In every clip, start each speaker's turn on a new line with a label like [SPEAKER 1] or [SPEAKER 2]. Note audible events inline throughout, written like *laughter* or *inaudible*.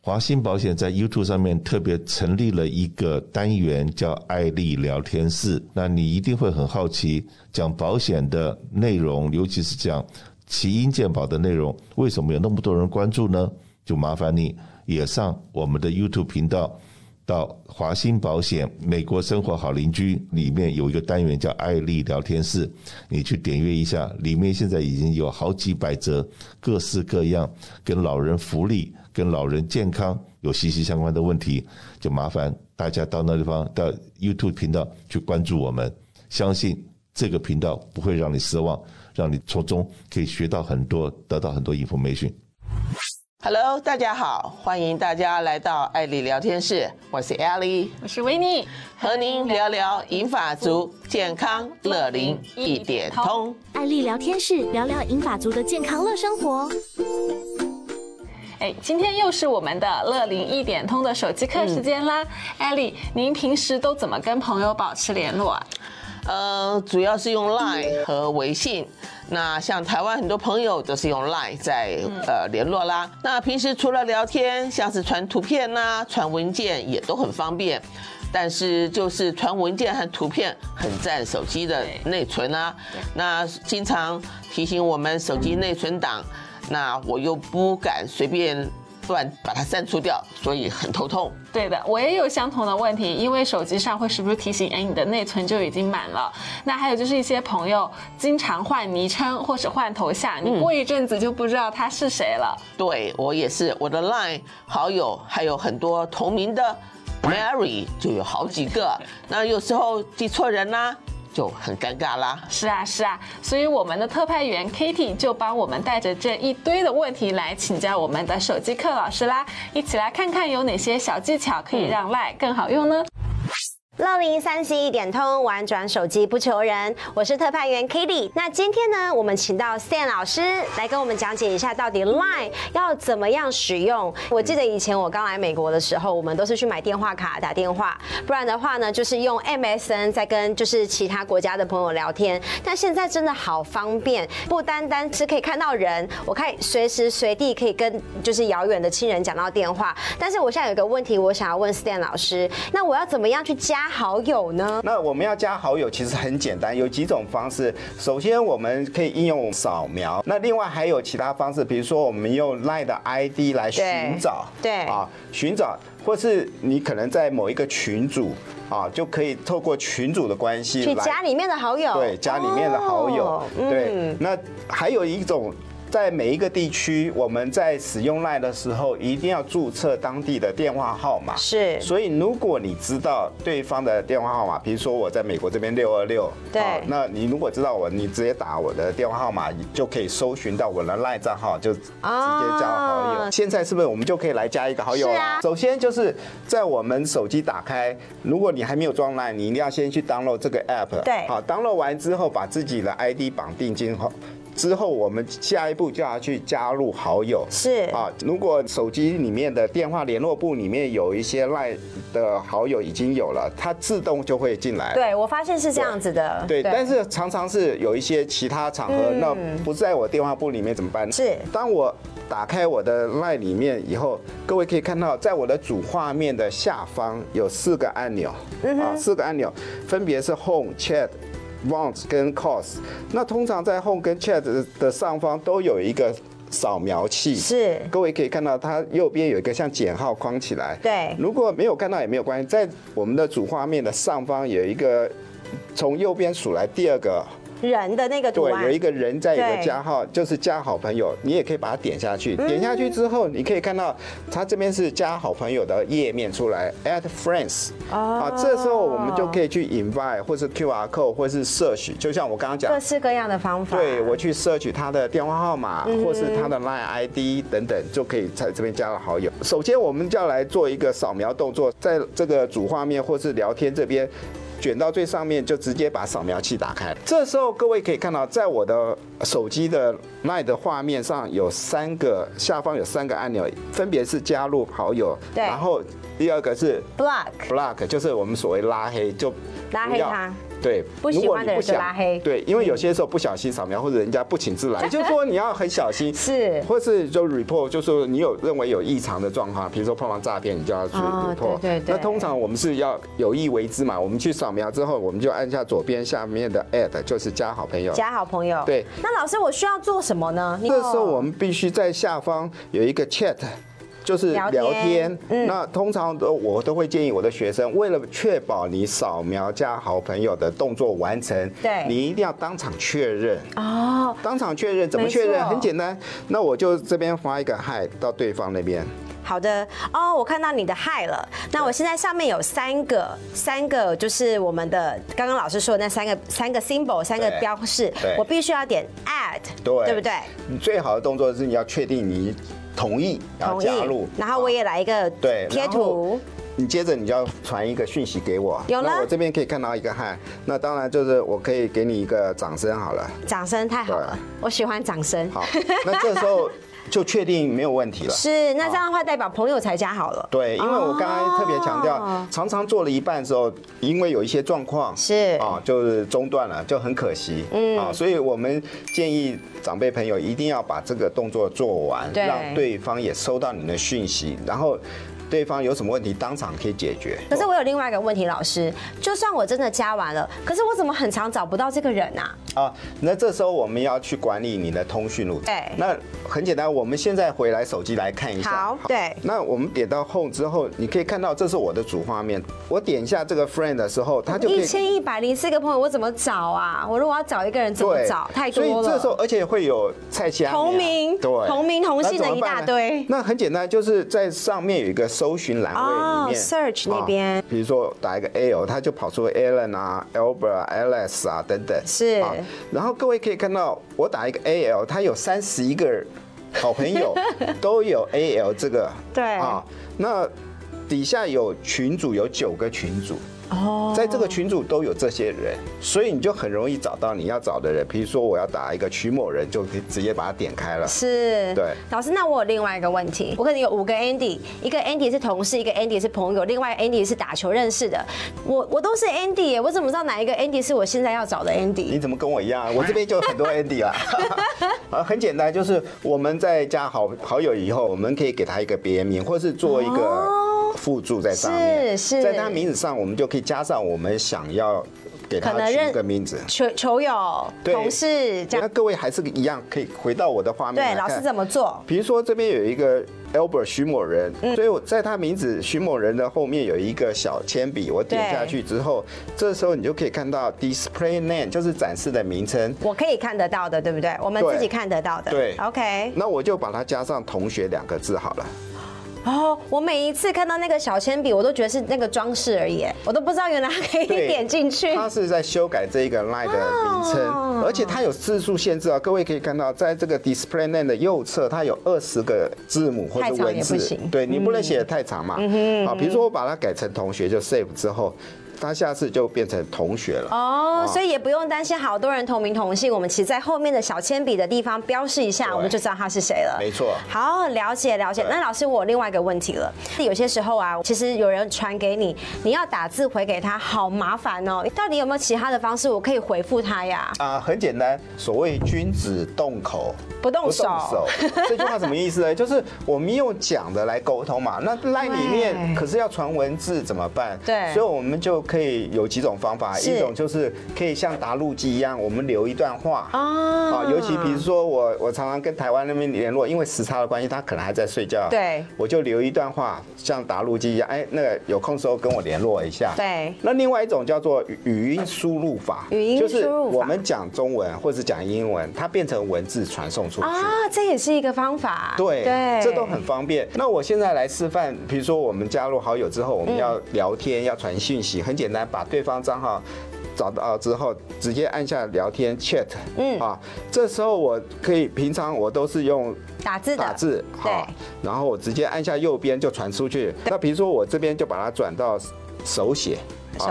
[SPEAKER 1] 华鑫保险在 YouTube 上面特别成立了一个单元，叫“艾丽聊天室”。那你一定会很好奇，讲保险的内容，尤其是讲奇因健保的内容，为什么有那么多人关注呢？就麻烦你也上我们的 YouTube 频道，到华鑫保险美国生活好邻居里面有一个单元叫“艾丽聊天室”，你去点阅一下，里面现在已经有好几百则，各式各样跟老人福利。跟老人健康有息息相关的问题，就麻烦大家到那地方到 YouTube 频道去关注我们，相信这个频道不会让你失望，让你从中可以学到很多，得到很多 information。
[SPEAKER 2] Hello，大家好，欢迎大家来到艾丽聊天室，我是艾丽，
[SPEAKER 3] 我是维尼，
[SPEAKER 2] 和您聊聊银发族健康乐龄一点通。
[SPEAKER 4] 艾丽聊天室聊聊银发族的健康乐生活。
[SPEAKER 3] 哎，今天又是我们的乐龄一点通的手机课时间啦。艾丽，您平时都怎么跟朋友保持联络啊？
[SPEAKER 2] 呃，主要是用 Line 和微信。那像台湾很多朋友都是用 Line 在呃联络啦。那平时除了聊天，像是传图片呐、传文件也都很方便。但是就是传文件和图片很占手机的内存啊。那经常提醒我们手机内存档，那我又不敢随便乱把它删除掉，所以很头痛。
[SPEAKER 3] 对的，我也有相同的问题，因为手机上会时不时提醒，哎，你的内存就已经满了。那还有就是一些朋友经常换昵称或者换头像，你过一阵子就不知道他是谁了。
[SPEAKER 2] 对我也是，我的 Line 好友还有很多同名的 Mary 就有好几个，那有时候记错人啦、就很尴尬啦。
[SPEAKER 3] 是啊，是啊，所以我们的特派员 Kitty 就帮我们带着这一堆的问题来请教我们的手机课老师啦，一起来看看有哪些小技巧可以让 Line 更好用呢？
[SPEAKER 5] 乐龄三 C 一点通，玩转手机不求人。我是特派员 Kitty。那今天呢，我们请到 Stan 老师来跟我们讲解一下，到底 Line 要怎么样使用。我记得以前我刚来美国的时候，我们都是去买电话卡打电话，不然的话呢，就是用 MSN 在跟就是其他国家的朋友聊天。但现在真的好方便，不单单是可以看到人，我可以随时随地可以跟就是遥远的亲人讲到电话。但是我现在有一个问题，我想要问 Stan 老师，那我要怎么样去加好友呢？
[SPEAKER 6] 那我们要加好友其实很简单，有几种方式。首先，我们可以应用扫描，那另外还有其他方式，比如说我们用 LINE 的 ID 来寻找，
[SPEAKER 5] 对对
[SPEAKER 6] 啊，寻找，或是你可能在某一个群组啊，就可以透过群组的关系
[SPEAKER 5] 去
[SPEAKER 6] 来
[SPEAKER 5] 加里面的好友，
[SPEAKER 6] 对，加里面的好友。
[SPEAKER 5] 哦
[SPEAKER 6] 对，那还有一种。在每一个地区，我们在使用 LINE 的时候，一定要注册当地的电话号码。
[SPEAKER 5] 是
[SPEAKER 6] 所以如果你知道对方的电话号码，比如说我在美国这边六二六，
[SPEAKER 5] 对
[SPEAKER 6] 啊那你如果知道我，你直接打我的电话号码，你就可以搜寻到我的 LINE 账号，就直接加好友。
[SPEAKER 5] 啊
[SPEAKER 6] 现在是不是我们就可以来加一个好友
[SPEAKER 5] 是
[SPEAKER 6] 啦？
[SPEAKER 5] 啊
[SPEAKER 6] 首先就是在我们手机打开，如果你还没有装 LINE，你一定要先去 download 这个 app。
[SPEAKER 5] 对
[SPEAKER 6] 好，download 完之后，把自己的 ID 绑定进后。之后我们下一步就要去加入好友，
[SPEAKER 5] 是
[SPEAKER 6] 啊，如果手机里面的电话联络簿里面有一些 LINE 的好友已经有了，它自动就会进来。
[SPEAKER 5] 对，我发现是这样子的。
[SPEAKER 6] 对，但是常常是有一些其他场合，那不在我电话簿里面怎么办？
[SPEAKER 5] 嗯是
[SPEAKER 6] 当我打开我的 LINE 里面以后，各位可以看到，在我的主画面的下方有四个按钮，
[SPEAKER 5] 嗯
[SPEAKER 6] 啊，四个按钮分别是 Home、Chat。Want 跟 Cost，那通常在 Home 跟 Chat 的上方都有一个扫描器，
[SPEAKER 5] 是
[SPEAKER 6] 各位可以看到它右边有一个像减号框起来，
[SPEAKER 5] 对
[SPEAKER 6] 如果没有看到也没有关系，在我们的主画面的上方有一个从右边数来第二个，
[SPEAKER 5] 人的那个图
[SPEAKER 6] 对，
[SPEAKER 5] 案
[SPEAKER 6] 有一个人在有个
[SPEAKER 5] 对嗯
[SPEAKER 6] 加号，就是加好朋友，你也可以把它点下去。点下去之后，你可以看到它这边是加好朋友的页面出来，at friends。啊，
[SPEAKER 5] 哦
[SPEAKER 6] 这时候我们就可以去 invite 或是 QR code 或是 search，就像我刚刚讲
[SPEAKER 5] 各。式各样的方法。嗯
[SPEAKER 6] 对我去 search 他的电话号码，或是他的 LINE ID 等等，就可以在这边加了好友。首先，我们就要来做一个扫描动作，在这个主画面或是聊天这边。卷到最上面就直接把扫描器打开。这时候各位可以看到，在我的手机的 LINE 的画面上有三个下方有三个按钮，分别是加入好友，
[SPEAKER 5] 对
[SPEAKER 6] 然后第二个是
[SPEAKER 5] block
[SPEAKER 6] block，就是我们所谓拉黑，就
[SPEAKER 5] 拉黑
[SPEAKER 6] 不要
[SPEAKER 5] 他，
[SPEAKER 6] 对，
[SPEAKER 5] 不喜
[SPEAKER 6] 如果
[SPEAKER 5] 欢
[SPEAKER 6] 你
[SPEAKER 5] 的人
[SPEAKER 6] 不
[SPEAKER 5] 就
[SPEAKER 6] 想
[SPEAKER 5] 拉黑嗯
[SPEAKER 6] 对，因为有些时候不小心扫描或者人家不请自
[SPEAKER 5] *laughs*
[SPEAKER 6] 来，也就是说你要很小心，
[SPEAKER 5] 是
[SPEAKER 6] 或是就 report，就是说你有认为有异常的状况，比如说碰到诈骗，你就要去
[SPEAKER 5] 哦
[SPEAKER 6] report。
[SPEAKER 5] 对对对
[SPEAKER 6] 那通常我们是要有意为之嘛，我们去扫描之后，我们就按下左边下面的 add，就是加好朋友。
[SPEAKER 5] 加好朋友。
[SPEAKER 6] 对。
[SPEAKER 5] 那老师，我需要做什么呢？
[SPEAKER 6] 这时候我们必须在下方有一个 chat。就是
[SPEAKER 5] 聊
[SPEAKER 6] 聊
[SPEAKER 5] 天
[SPEAKER 6] 天，
[SPEAKER 5] 嗯
[SPEAKER 6] 那通常都我都会建议我的学生，为了确保你扫描加好朋友的动作完成，
[SPEAKER 5] 对
[SPEAKER 6] 你一定要当场确认，
[SPEAKER 5] 哦，
[SPEAKER 6] 当场确认怎么
[SPEAKER 5] 没错
[SPEAKER 6] 确认？很简单，那我就这边发一个 hi 到对方那边，
[SPEAKER 5] 好的哦，我看到你的 hi 了。那我现在上面有三个，三个就是我们的刚刚老师说的那三个三个 symbol，三个
[SPEAKER 6] 对
[SPEAKER 5] 标示
[SPEAKER 6] 对，
[SPEAKER 5] 我必须要点 add，
[SPEAKER 6] 对
[SPEAKER 5] 对不对？
[SPEAKER 6] 你最好的动作是你要确定你同意，然后
[SPEAKER 5] 同意
[SPEAKER 6] 加入，，
[SPEAKER 5] 然后我也来一个
[SPEAKER 6] 对
[SPEAKER 5] 贴
[SPEAKER 6] 然后
[SPEAKER 5] 图，
[SPEAKER 6] 你接着你就要传一个讯息给我，
[SPEAKER 5] 有了
[SPEAKER 6] 那我这边可以看到一个嗨，那当然就是我可以给你一个掌声好了。
[SPEAKER 5] 掌声太好了
[SPEAKER 6] 对，
[SPEAKER 5] 我喜欢掌声。 *laughs*
[SPEAKER 6] 好，那这时候就确定没有问题了。
[SPEAKER 5] 是，那这样的话代表朋友才加好了。
[SPEAKER 6] 对，因为我
[SPEAKER 5] 哦
[SPEAKER 6] 刚刚特别强调，常常做了一半之后，因为有一些状况
[SPEAKER 5] 是
[SPEAKER 6] 啊，就是中断了，就很可惜。嗯啊，所以我们建议长辈朋友一定要把这个动作做完，
[SPEAKER 5] 对
[SPEAKER 6] 让对方也收到你的讯息，然后对方有什么问题当场可以解决。
[SPEAKER 5] 可是我有另外一个问题，老师，就算我真的加完了，可是我怎么很常找不到这个人啊？
[SPEAKER 6] 啊，那这时候我们要去管理你的通讯录。
[SPEAKER 5] 对
[SPEAKER 6] 那很简单，我们现在回来手机来看一下。
[SPEAKER 5] 好对
[SPEAKER 6] 那我们点到 Home 之后，你可以看到这是我的主画面。我点一下这个 Friend 的时候，它就可
[SPEAKER 5] 一
[SPEAKER 6] 以。
[SPEAKER 5] 千一百零四个朋友，我怎么找啊？我如果要找一个人，怎么
[SPEAKER 6] 对，
[SPEAKER 5] 找？太
[SPEAKER 6] 所以
[SPEAKER 5] 多了。
[SPEAKER 6] 这时候，而且会有蔡佳
[SPEAKER 5] 同名
[SPEAKER 6] 啊对，
[SPEAKER 5] 同名同姓的
[SPEAKER 6] 那怎么办呢
[SPEAKER 5] 一大堆
[SPEAKER 6] 那很简单，就是在上面有一个搜寻栏
[SPEAKER 5] 哦
[SPEAKER 6] 位里面
[SPEAKER 5] ，search 那
[SPEAKER 6] 啊
[SPEAKER 5] 边
[SPEAKER 6] 比如说打一个 L，它就跑出 Alan 啊、Albert、Alice 啊等等。
[SPEAKER 5] 是
[SPEAKER 6] 啊然后各位可以看到，我打一个 AL，它有三十一个好
[SPEAKER 5] *laughs*
[SPEAKER 6] 朋友都有 AL 这个。
[SPEAKER 5] 对
[SPEAKER 6] 啊，那底下有群组有九个群组。
[SPEAKER 5] 哦
[SPEAKER 6] 在这个群组都有这些人，所以你就很容易找到你要找的人。比如说我要打一个曲某人，就可以直接把它点开了。
[SPEAKER 5] 是，
[SPEAKER 6] 对
[SPEAKER 5] 老师，那我有另外一个问题，我可能有五个 Andy，一个 Andy 是同事，一个 Andy 是朋友，另外 Andy 是打球认识的，我我都是 Andy，耶我怎么知道哪一个 Andy 是我现在要找的
[SPEAKER 6] 你
[SPEAKER 5] Andy？
[SPEAKER 6] 怎么跟我一样啊？我这边就有
[SPEAKER 5] *laughs*
[SPEAKER 6] 很多 Andy 啦。 *laughs* 啊，很简单，就是我们在加好好友以后，我们可以给他一个别名，或是做一
[SPEAKER 5] 哦
[SPEAKER 6] 个附注在上面。
[SPEAKER 5] 是是
[SPEAKER 6] 在他名字上，我们就可以加上我们想要给
[SPEAKER 5] 可
[SPEAKER 6] 他
[SPEAKER 5] 能
[SPEAKER 6] 取
[SPEAKER 5] 认
[SPEAKER 6] 一个名字。
[SPEAKER 5] 球球友、
[SPEAKER 6] 对
[SPEAKER 5] 同事这
[SPEAKER 6] 那
[SPEAKER 5] 样，
[SPEAKER 6] 各位还是一样，可以回到我的画面。
[SPEAKER 5] 对，老师
[SPEAKER 6] 么？
[SPEAKER 5] 怎么做？
[SPEAKER 6] 比如说这边有一个 Albert 徐某人，所以我在他名字徐某人的后面有一个小铅笔，我点下去之后，这时候你就可以看到 Display Name 就是展示的名称。
[SPEAKER 5] 我可以看得到的，对不对？我们
[SPEAKER 6] 对
[SPEAKER 5] 自己看得到的。
[SPEAKER 6] 对
[SPEAKER 5] ，OK。
[SPEAKER 6] 那我就把它加上“同学”两个字好了。
[SPEAKER 5] 哦，我每一次看到那个小铅笔，我都觉得是那个装饰而已，我都不知道原来可以
[SPEAKER 6] 对
[SPEAKER 5] 点进去。
[SPEAKER 6] 它是在修改这一个 line 的名
[SPEAKER 5] 哦
[SPEAKER 6] 称，而且它有字数限制啊。各位可以看到，在这个 display name 的右侧，它有二十个字母或
[SPEAKER 5] 太
[SPEAKER 6] 者
[SPEAKER 5] 长
[SPEAKER 6] 文
[SPEAKER 5] 也不
[SPEAKER 6] 字
[SPEAKER 5] 行，嗯
[SPEAKER 6] 对你不能写的太长嘛。啊，比如说我把它改成同学，就 save 之后，它下次就变成同学了。
[SPEAKER 5] 哦，
[SPEAKER 6] 啊
[SPEAKER 5] 所以也不用担心好多人同名同姓，我们其实在后面的小铅笔的地方标示一下，
[SPEAKER 6] 对
[SPEAKER 5] 我们就知道他是谁了。
[SPEAKER 6] 没错
[SPEAKER 5] 好，了解了解。
[SPEAKER 6] 对
[SPEAKER 5] 那老师，我有另外一个问题了，有些时候啊，其实有人传给你，你要打字回给他，好麻烦哦。到底有没有其他的方式我可以回复他呀？
[SPEAKER 6] 啊，很简单，所谓君子动口
[SPEAKER 5] 不动手 *laughs*
[SPEAKER 6] 这句话什么意思呢？就是我们用讲的来沟通嘛。那 line 里
[SPEAKER 5] 对
[SPEAKER 6] 面可是要传文字怎么办？
[SPEAKER 5] 对
[SPEAKER 6] 所以我们就可以有几种方法，
[SPEAKER 5] 是
[SPEAKER 6] 一种就是可以像打录机一样，我们留一段话。
[SPEAKER 5] 啊
[SPEAKER 6] 啊，尤其比如说我，我常常跟台湾那边联络，因为时差的关系，他可能还在睡觉。
[SPEAKER 5] 对
[SPEAKER 6] 我就留一段话，像打录机一样，哎，那个有空时候跟我联络一下。
[SPEAKER 5] 对
[SPEAKER 6] 那另外一种叫做语语音输入法，
[SPEAKER 5] 语音
[SPEAKER 6] 就是
[SPEAKER 5] 输入法
[SPEAKER 6] 我们讲中文或是讲英文，它变成文字传送出去。
[SPEAKER 5] 啊，这也是一个方法。
[SPEAKER 6] 对，这都很方便。那我现在来示范，比如说我们加入好友之后，我们要聊天，要传讯息，很简单，把对方账号找到之后，直接按下聊天 chat，嗯啊，这时候我可以，平常我都是用
[SPEAKER 5] 打字的
[SPEAKER 6] 打字，好
[SPEAKER 5] 对，
[SPEAKER 6] 然后我直接按下右边就传出去。那比如说我这边就把它转到手写。啊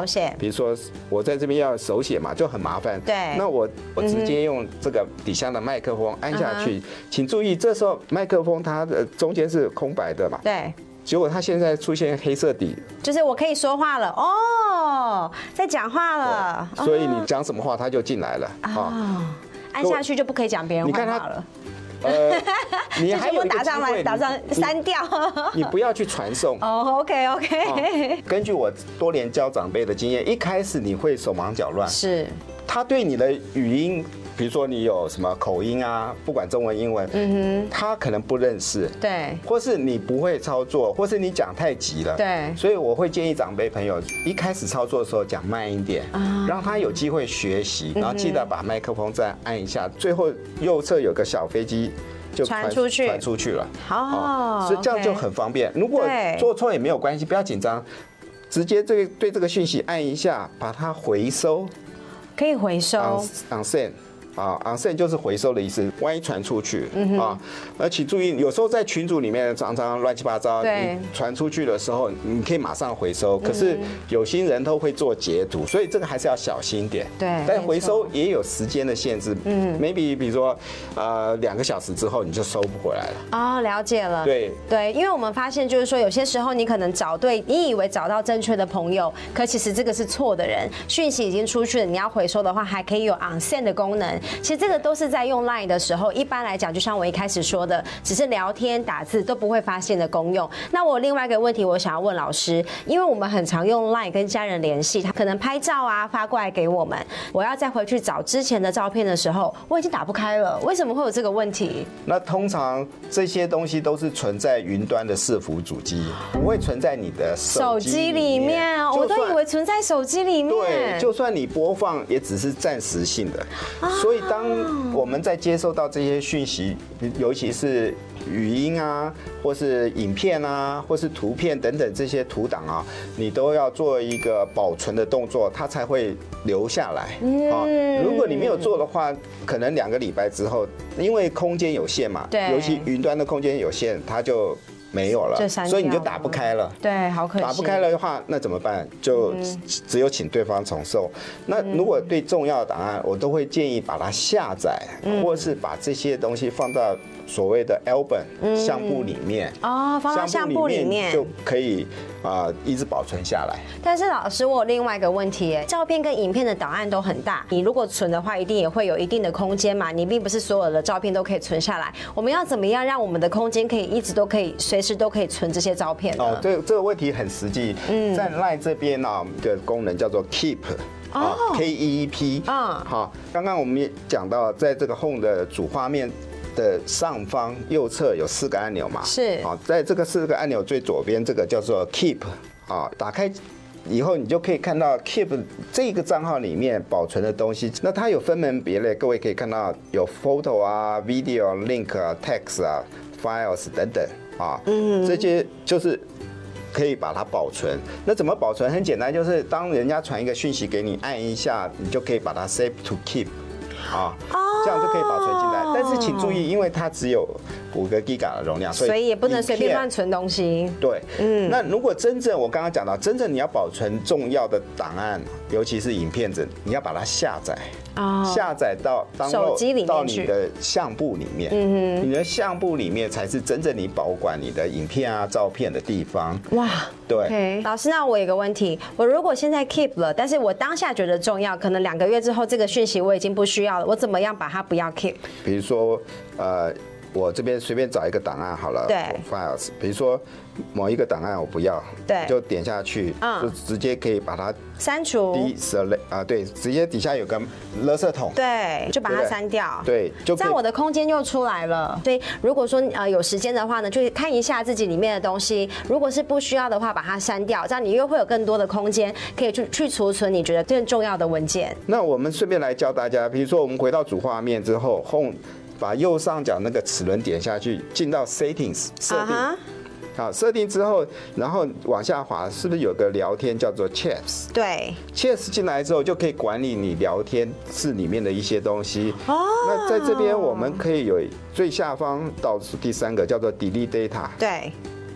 [SPEAKER 5] 手写
[SPEAKER 6] 比如说我在这边要手写嘛，就很麻烦。
[SPEAKER 5] 对
[SPEAKER 6] 那我我直接用这个底下的
[SPEAKER 5] 嗯
[SPEAKER 6] 麦克风按下去，请注意，这时候麦克风它的中间是空白的嘛，
[SPEAKER 5] 对
[SPEAKER 6] 结果它现在出现黑色底，
[SPEAKER 5] 就是我可以说话了哦，在讲话了，
[SPEAKER 6] 所以你讲什么话它就进来了啊。
[SPEAKER 5] 啊，按下去就不可以讲别人
[SPEAKER 6] 你
[SPEAKER 5] 坏
[SPEAKER 6] 看
[SPEAKER 5] 话
[SPEAKER 6] 他
[SPEAKER 5] 了，
[SPEAKER 6] 呃，你
[SPEAKER 5] 就
[SPEAKER 6] 还
[SPEAKER 5] 全
[SPEAKER 6] 有
[SPEAKER 5] 部
[SPEAKER 6] 一
[SPEAKER 5] *laughs*
[SPEAKER 6] 个
[SPEAKER 5] 打
[SPEAKER 6] 机
[SPEAKER 5] 上
[SPEAKER 6] 会，
[SPEAKER 5] 来，
[SPEAKER 6] 你
[SPEAKER 5] 打上删掉。 *laughs*
[SPEAKER 6] 你不要去传送。
[SPEAKER 5] 哦，OK OK，
[SPEAKER 6] 根据我多年教长辈的经验，一开始你会手忙脚乱，
[SPEAKER 5] 是
[SPEAKER 6] 他对你的语音，比如说你有什么口音啊，不管中文英文，嗯哼，他可能不认识，
[SPEAKER 5] 对，
[SPEAKER 6] 或是你不会操作，或是你讲太急了，
[SPEAKER 5] 对
[SPEAKER 6] 所以我会建议长辈朋友一开始操作的时候讲慢一点，
[SPEAKER 5] 啊
[SPEAKER 6] 让他有机会学
[SPEAKER 5] 嗯
[SPEAKER 6] 习，然后记得把麦克风再按一下，最后右侧有个小飞机。就
[SPEAKER 5] 传出去
[SPEAKER 6] 传出去了，
[SPEAKER 5] 哦
[SPEAKER 6] 所以这样就
[SPEAKER 5] OK
[SPEAKER 6] 很方便。如果
[SPEAKER 5] 对
[SPEAKER 6] 做错也没有关系，不要紧张，直接这个对这个讯息按一下，把它回收
[SPEAKER 5] 可以回收
[SPEAKER 6] on，on send 啊，on send 就是回收的意思，万一传出去
[SPEAKER 5] 嗯
[SPEAKER 6] 啊，而且注意，有时候在群组里面常常乱七八糟，
[SPEAKER 5] 对嗯
[SPEAKER 6] 你传出去的时候，你可以马上回收，可是有心人都会做截图，所以这个还是要小心一点。
[SPEAKER 5] 对没
[SPEAKER 6] 但
[SPEAKER 5] 错
[SPEAKER 6] 回收也有时间的限制，嗯，maybe 比如说呃两个小时之后你就收不回来了，
[SPEAKER 5] 哦，了解了。
[SPEAKER 6] 对
[SPEAKER 5] 对，因为我们发现就是说，有些时候你可能找对，你以为找到正确的朋友，可其实这个是错的人。讯息已经出去了，你要回收的话，还可以有 on send 的功能。其实这个都是在用 Line 的时候，一般来讲，就像我一开始说的，只是聊天打字都不会发现的功用。那我另外一个问题，我想要问老师，因为我们很常用 Line 跟家人联系，他可能拍照啊发过来给我们，我要再回去找之前的照片的时候，我已经打不开了，为什么会有这个问题？
[SPEAKER 6] 那通常这些东西都是存在云端的伺服主机，不会存在你的
[SPEAKER 5] 手
[SPEAKER 6] 手
[SPEAKER 5] 机里
[SPEAKER 6] 机里面
[SPEAKER 5] 面，。啊
[SPEAKER 6] 就
[SPEAKER 5] 我都
[SPEAKER 6] 算
[SPEAKER 5] 以为存在手机里面。啊
[SPEAKER 6] 对，就算你播放，也只是暂时性的。所以，当我们在接收到这些讯息，尤其是语音啊，或是影片啊，或是图片等等这些图档啊，你都要做一个保存的动作，它才会留下来。
[SPEAKER 5] 嗯
[SPEAKER 6] 啊，如果你没有做的话，可能两个礼拜之后，因为空间有限嘛，
[SPEAKER 5] 对
[SPEAKER 6] 尤其云端的空间有限，它就没有了
[SPEAKER 5] 就删，
[SPEAKER 6] 所以你就
[SPEAKER 5] 掉
[SPEAKER 6] 打不
[SPEAKER 5] 了
[SPEAKER 6] 开了。
[SPEAKER 5] 对好可惜。
[SPEAKER 6] 打不开了的话，那怎么办？就
[SPEAKER 5] 嗯
[SPEAKER 6] 只只有请对方重送。那如果对重要的档案，我都会建议把它下载，
[SPEAKER 5] 嗯
[SPEAKER 6] 或是把这些东西放到所谓的 album 相簿里面。
[SPEAKER 5] 哦，嗯放到相簿里面。
[SPEAKER 6] 就可以啊、一直保存下来。
[SPEAKER 5] 但是老师，我有另外一个问题耶，照片跟影片的档案都很大，你如果存的话，一定也会有一定的空间嘛。你并不是所有的照片都可以存下来。我们要怎么样让我们的空间可以一直都可以随时都可以存这些照片呢？
[SPEAKER 6] 哦，这这个问题很实际。
[SPEAKER 5] 嗯
[SPEAKER 6] 在 Line 这边啊呢、我们的功能叫做 Keep。啊
[SPEAKER 5] 哦
[SPEAKER 6] ，K E E P，
[SPEAKER 5] 嗯
[SPEAKER 6] 好，刚刚我们也讲到，在这个 Home 的主画面的上方右侧有四个按钮嘛，
[SPEAKER 5] 是
[SPEAKER 6] 啊，在这个四个按钮最左边这个叫做 Keep，啊，打开以后你就可以看到 Keep 这个账号里面保存的东西，那它有分门别类，各位可以看到有 photo 啊、video、link 啊、text 啊、files 等等啊，嗯，这些就是可以把它保存。那怎么保存？很简单，就是当人家传一个讯息给你，按一下，你就可以把它 save to keep，啊，
[SPEAKER 5] 哦
[SPEAKER 6] 这样就可以保存进来。但是请注意，因为它只有五个 G 的容量，所以
[SPEAKER 5] 所以也不能随便
[SPEAKER 6] 影片
[SPEAKER 5] 乱存东西。
[SPEAKER 6] 对，嗯，那如果真正我刚刚讲到，真正你要保存重要的档案，尤其是影片子，你要把它下载，
[SPEAKER 5] 哦
[SPEAKER 6] 下载到当
[SPEAKER 5] 手机里面
[SPEAKER 6] 到
[SPEAKER 5] 去
[SPEAKER 6] 你的相簿里面，嗯你的相簿里面才是真正你保管你的影片啊、照片的地方。
[SPEAKER 5] 哇，
[SPEAKER 6] 对
[SPEAKER 5] 老师，那我有个问题，我如果现在 keep 了，但是我当下觉得重要，可能两个月之后这个讯息我已经不需要了，我怎么样把它不要 keep？
[SPEAKER 6] 比如说，呃，我这边随便找一个档案好了，
[SPEAKER 5] 对
[SPEAKER 6] ，files，比如说某一个档案我不要，
[SPEAKER 5] 对
[SPEAKER 6] 就点下去，
[SPEAKER 5] 嗯哦
[SPEAKER 6] 就直接可以把它
[SPEAKER 5] 删除？
[SPEAKER 6] deselect 啊，对，直接底下有个垃圾桶，
[SPEAKER 5] 对，就把
[SPEAKER 6] 对不
[SPEAKER 5] 它
[SPEAKER 6] 对
[SPEAKER 5] 删掉。
[SPEAKER 6] 对就
[SPEAKER 5] 这
[SPEAKER 6] 可以
[SPEAKER 5] 样我的空间又出来了。所以如果说呃有时间的话呢，就看一下自己里面的东西。如果是不需要的话，把它删掉，这样你又会有更多的空间可以去去储存你觉得更重要的文件。
[SPEAKER 6] 那我们顺便来教大家，比如说我们回到主画面之后，Home，把右上角那个齿轮点下去，进到 Settings 设定。
[SPEAKER 5] 啊哈
[SPEAKER 6] 好，设定之后，然后往下滑，是不是有个聊天叫做 Chats？
[SPEAKER 5] 对，
[SPEAKER 6] Chess 进来之后就可以管理你聊天室里面的一些东西。哦，那在这边我们可以有最下方倒数第三个叫做 Delete Data。
[SPEAKER 5] 对，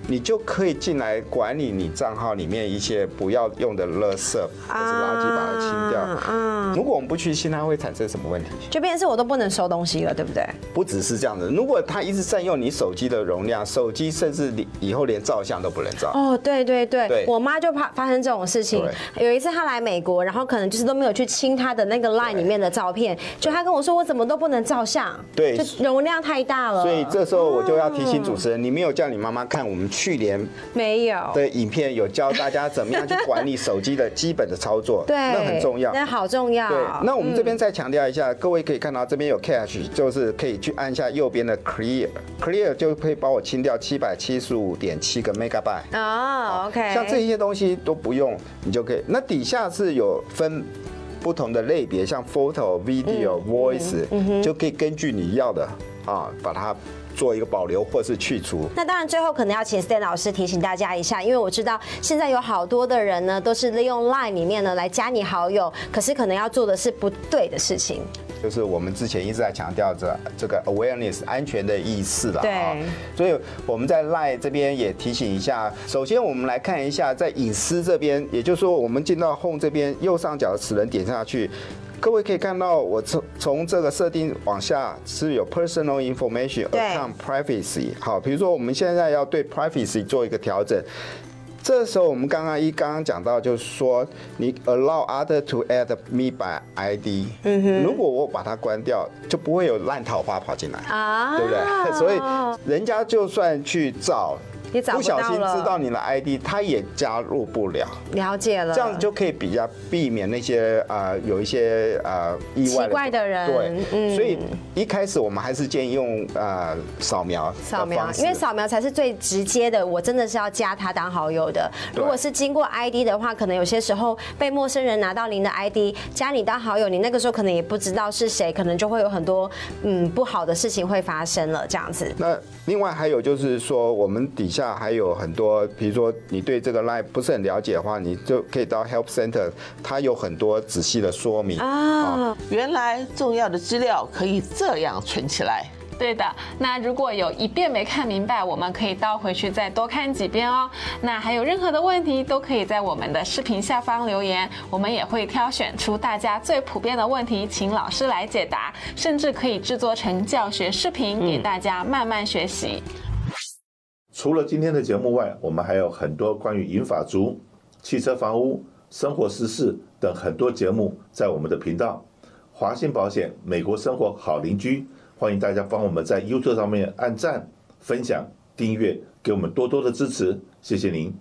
[SPEAKER 6] 你就可以进来管理你账号里面一些不要用的垃圾或是垃圾，把它清掉。
[SPEAKER 5] 啊，
[SPEAKER 6] 如果我们不去清，它会产生什么问题？
[SPEAKER 5] 就变成是我都不能收东西了，对不对？
[SPEAKER 6] 不只是这样子，如果它一直占用你手机的容量，手机甚至你以后连照相都不能照。
[SPEAKER 5] 哦，对对对，
[SPEAKER 6] 对
[SPEAKER 5] 我妈就怕发生这种事情。有一次她来美国，然后可能就是都没有去清她的那个 line 里面的照片，就她跟我说我怎么都不能照相，
[SPEAKER 6] 对
[SPEAKER 5] 就容量太大了。
[SPEAKER 6] 所以这时候我就要提醒主持人，你没有叫你妈妈看我们去年
[SPEAKER 5] 没有
[SPEAKER 6] 的影片，有教大家怎么样去管理手机的基本的操作，
[SPEAKER 5] *laughs* 对，
[SPEAKER 6] 那很重要。
[SPEAKER 5] 那好啊嗯重要。
[SPEAKER 6] 对，那我们这边再强调一下，各位可以看到这边有 cache，就是可以去按下右边的 clear，clear 就可以帮我清掉七百七十五点七个 megabyte。
[SPEAKER 5] 哦，OK，
[SPEAKER 6] 像这些东西都不用，你就可以。那底下是有分不同的类别，像 photo、video、voice，就
[SPEAKER 5] 嗯
[SPEAKER 6] 可以根据你要的啊，把它做一个保留或是去除。
[SPEAKER 5] 那当然，最后可能要请 Stan 老师提醒大家一下，因为我知道现在有好多的人呢，都是利用 Line 里面呢来加你好友，可是可能要做的是不对的事情。
[SPEAKER 6] 就是我们之前一直在强调着这个 awareness 安全的意识了啊
[SPEAKER 5] 对。
[SPEAKER 6] 所以我们在 Line 这边也提醒一下，首先我们来看一下在隐私这边，也就是说我们进到 Home 这边右上角的齿轮点下去。各位可以看到，我从从这个设定往下是有 personal information
[SPEAKER 5] 对
[SPEAKER 6] account privacy。好，比如说我们现在要对 privacy 做一个调整，这时候我们刚刚一刚刚讲到，就是说你 allow other to add me by ID，嗯哼，如果我把它关掉，就不会有烂桃花跑进来，
[SPEAKER 5] 啊哦
[SPEAKER 6] 对不对？ *laughs* 所以人家就算去找，
[SPEAKER 5] 也找不
[SPEAKER 6] 不小
[SPEAKER 5] 到
[SPEAKER 6] 心
[SPEAKER 5] 了嗯
[SPEAKER 6] 知道你的 ID，他也加入不了，
[SPEAKER 5] 了解了，
[SPEAKER 6] 这样就可以比较避免那些呃有一些呃意外
[SPEAKER 5] 奇怪的人嗯
[SPEAKER 6] 对，所以一开始我们还是建议用呃扫描的
[SPEAKER 5] 扫描，
[SPEAKER 6] 方式
[SPEAKER 5] 因为扫描才是最直接的。我真的是要加他当好友的。
[SPEAKER 6] 对
[SPEAKER 5] 如果是经过 ID 的话，可能有些时候被陌生人拿到您的 ID 加你当好友，你那个时候可能也不知道是谁，可能就会有很多嗯不好的事情会发生了。这样子，
[SPEAKER 6] 那另外还有就是说，我们底下还有很多，比如说你对这个 Line 不是很了解的话，你就可以到 Help Center，它有很多仔细的说明啊。
[SPEAKER 2] 原来重要的资料可以这样存起来。
[SPEAKER 3] 对的，那如果有一遍没看明白，我们可以倒回去再多看几遍哦。那还有任何的问题，都可以在我们的视频下方留言，我们也会挑选出大家最普遍的问题，请老师来解答，甚至可以制作成教学视频给大家慢慢学习。
[SPEAKER 1] 除了今天的节目外，我们还有很多关于银发族、汽车房屋、生活时事等很多节目在我们的频道。华信保险、美国生活好邻居，欢迎大家帮我们在 YouTube 上面按赞、分享、订阅，给我们多多的支持，谢谢您。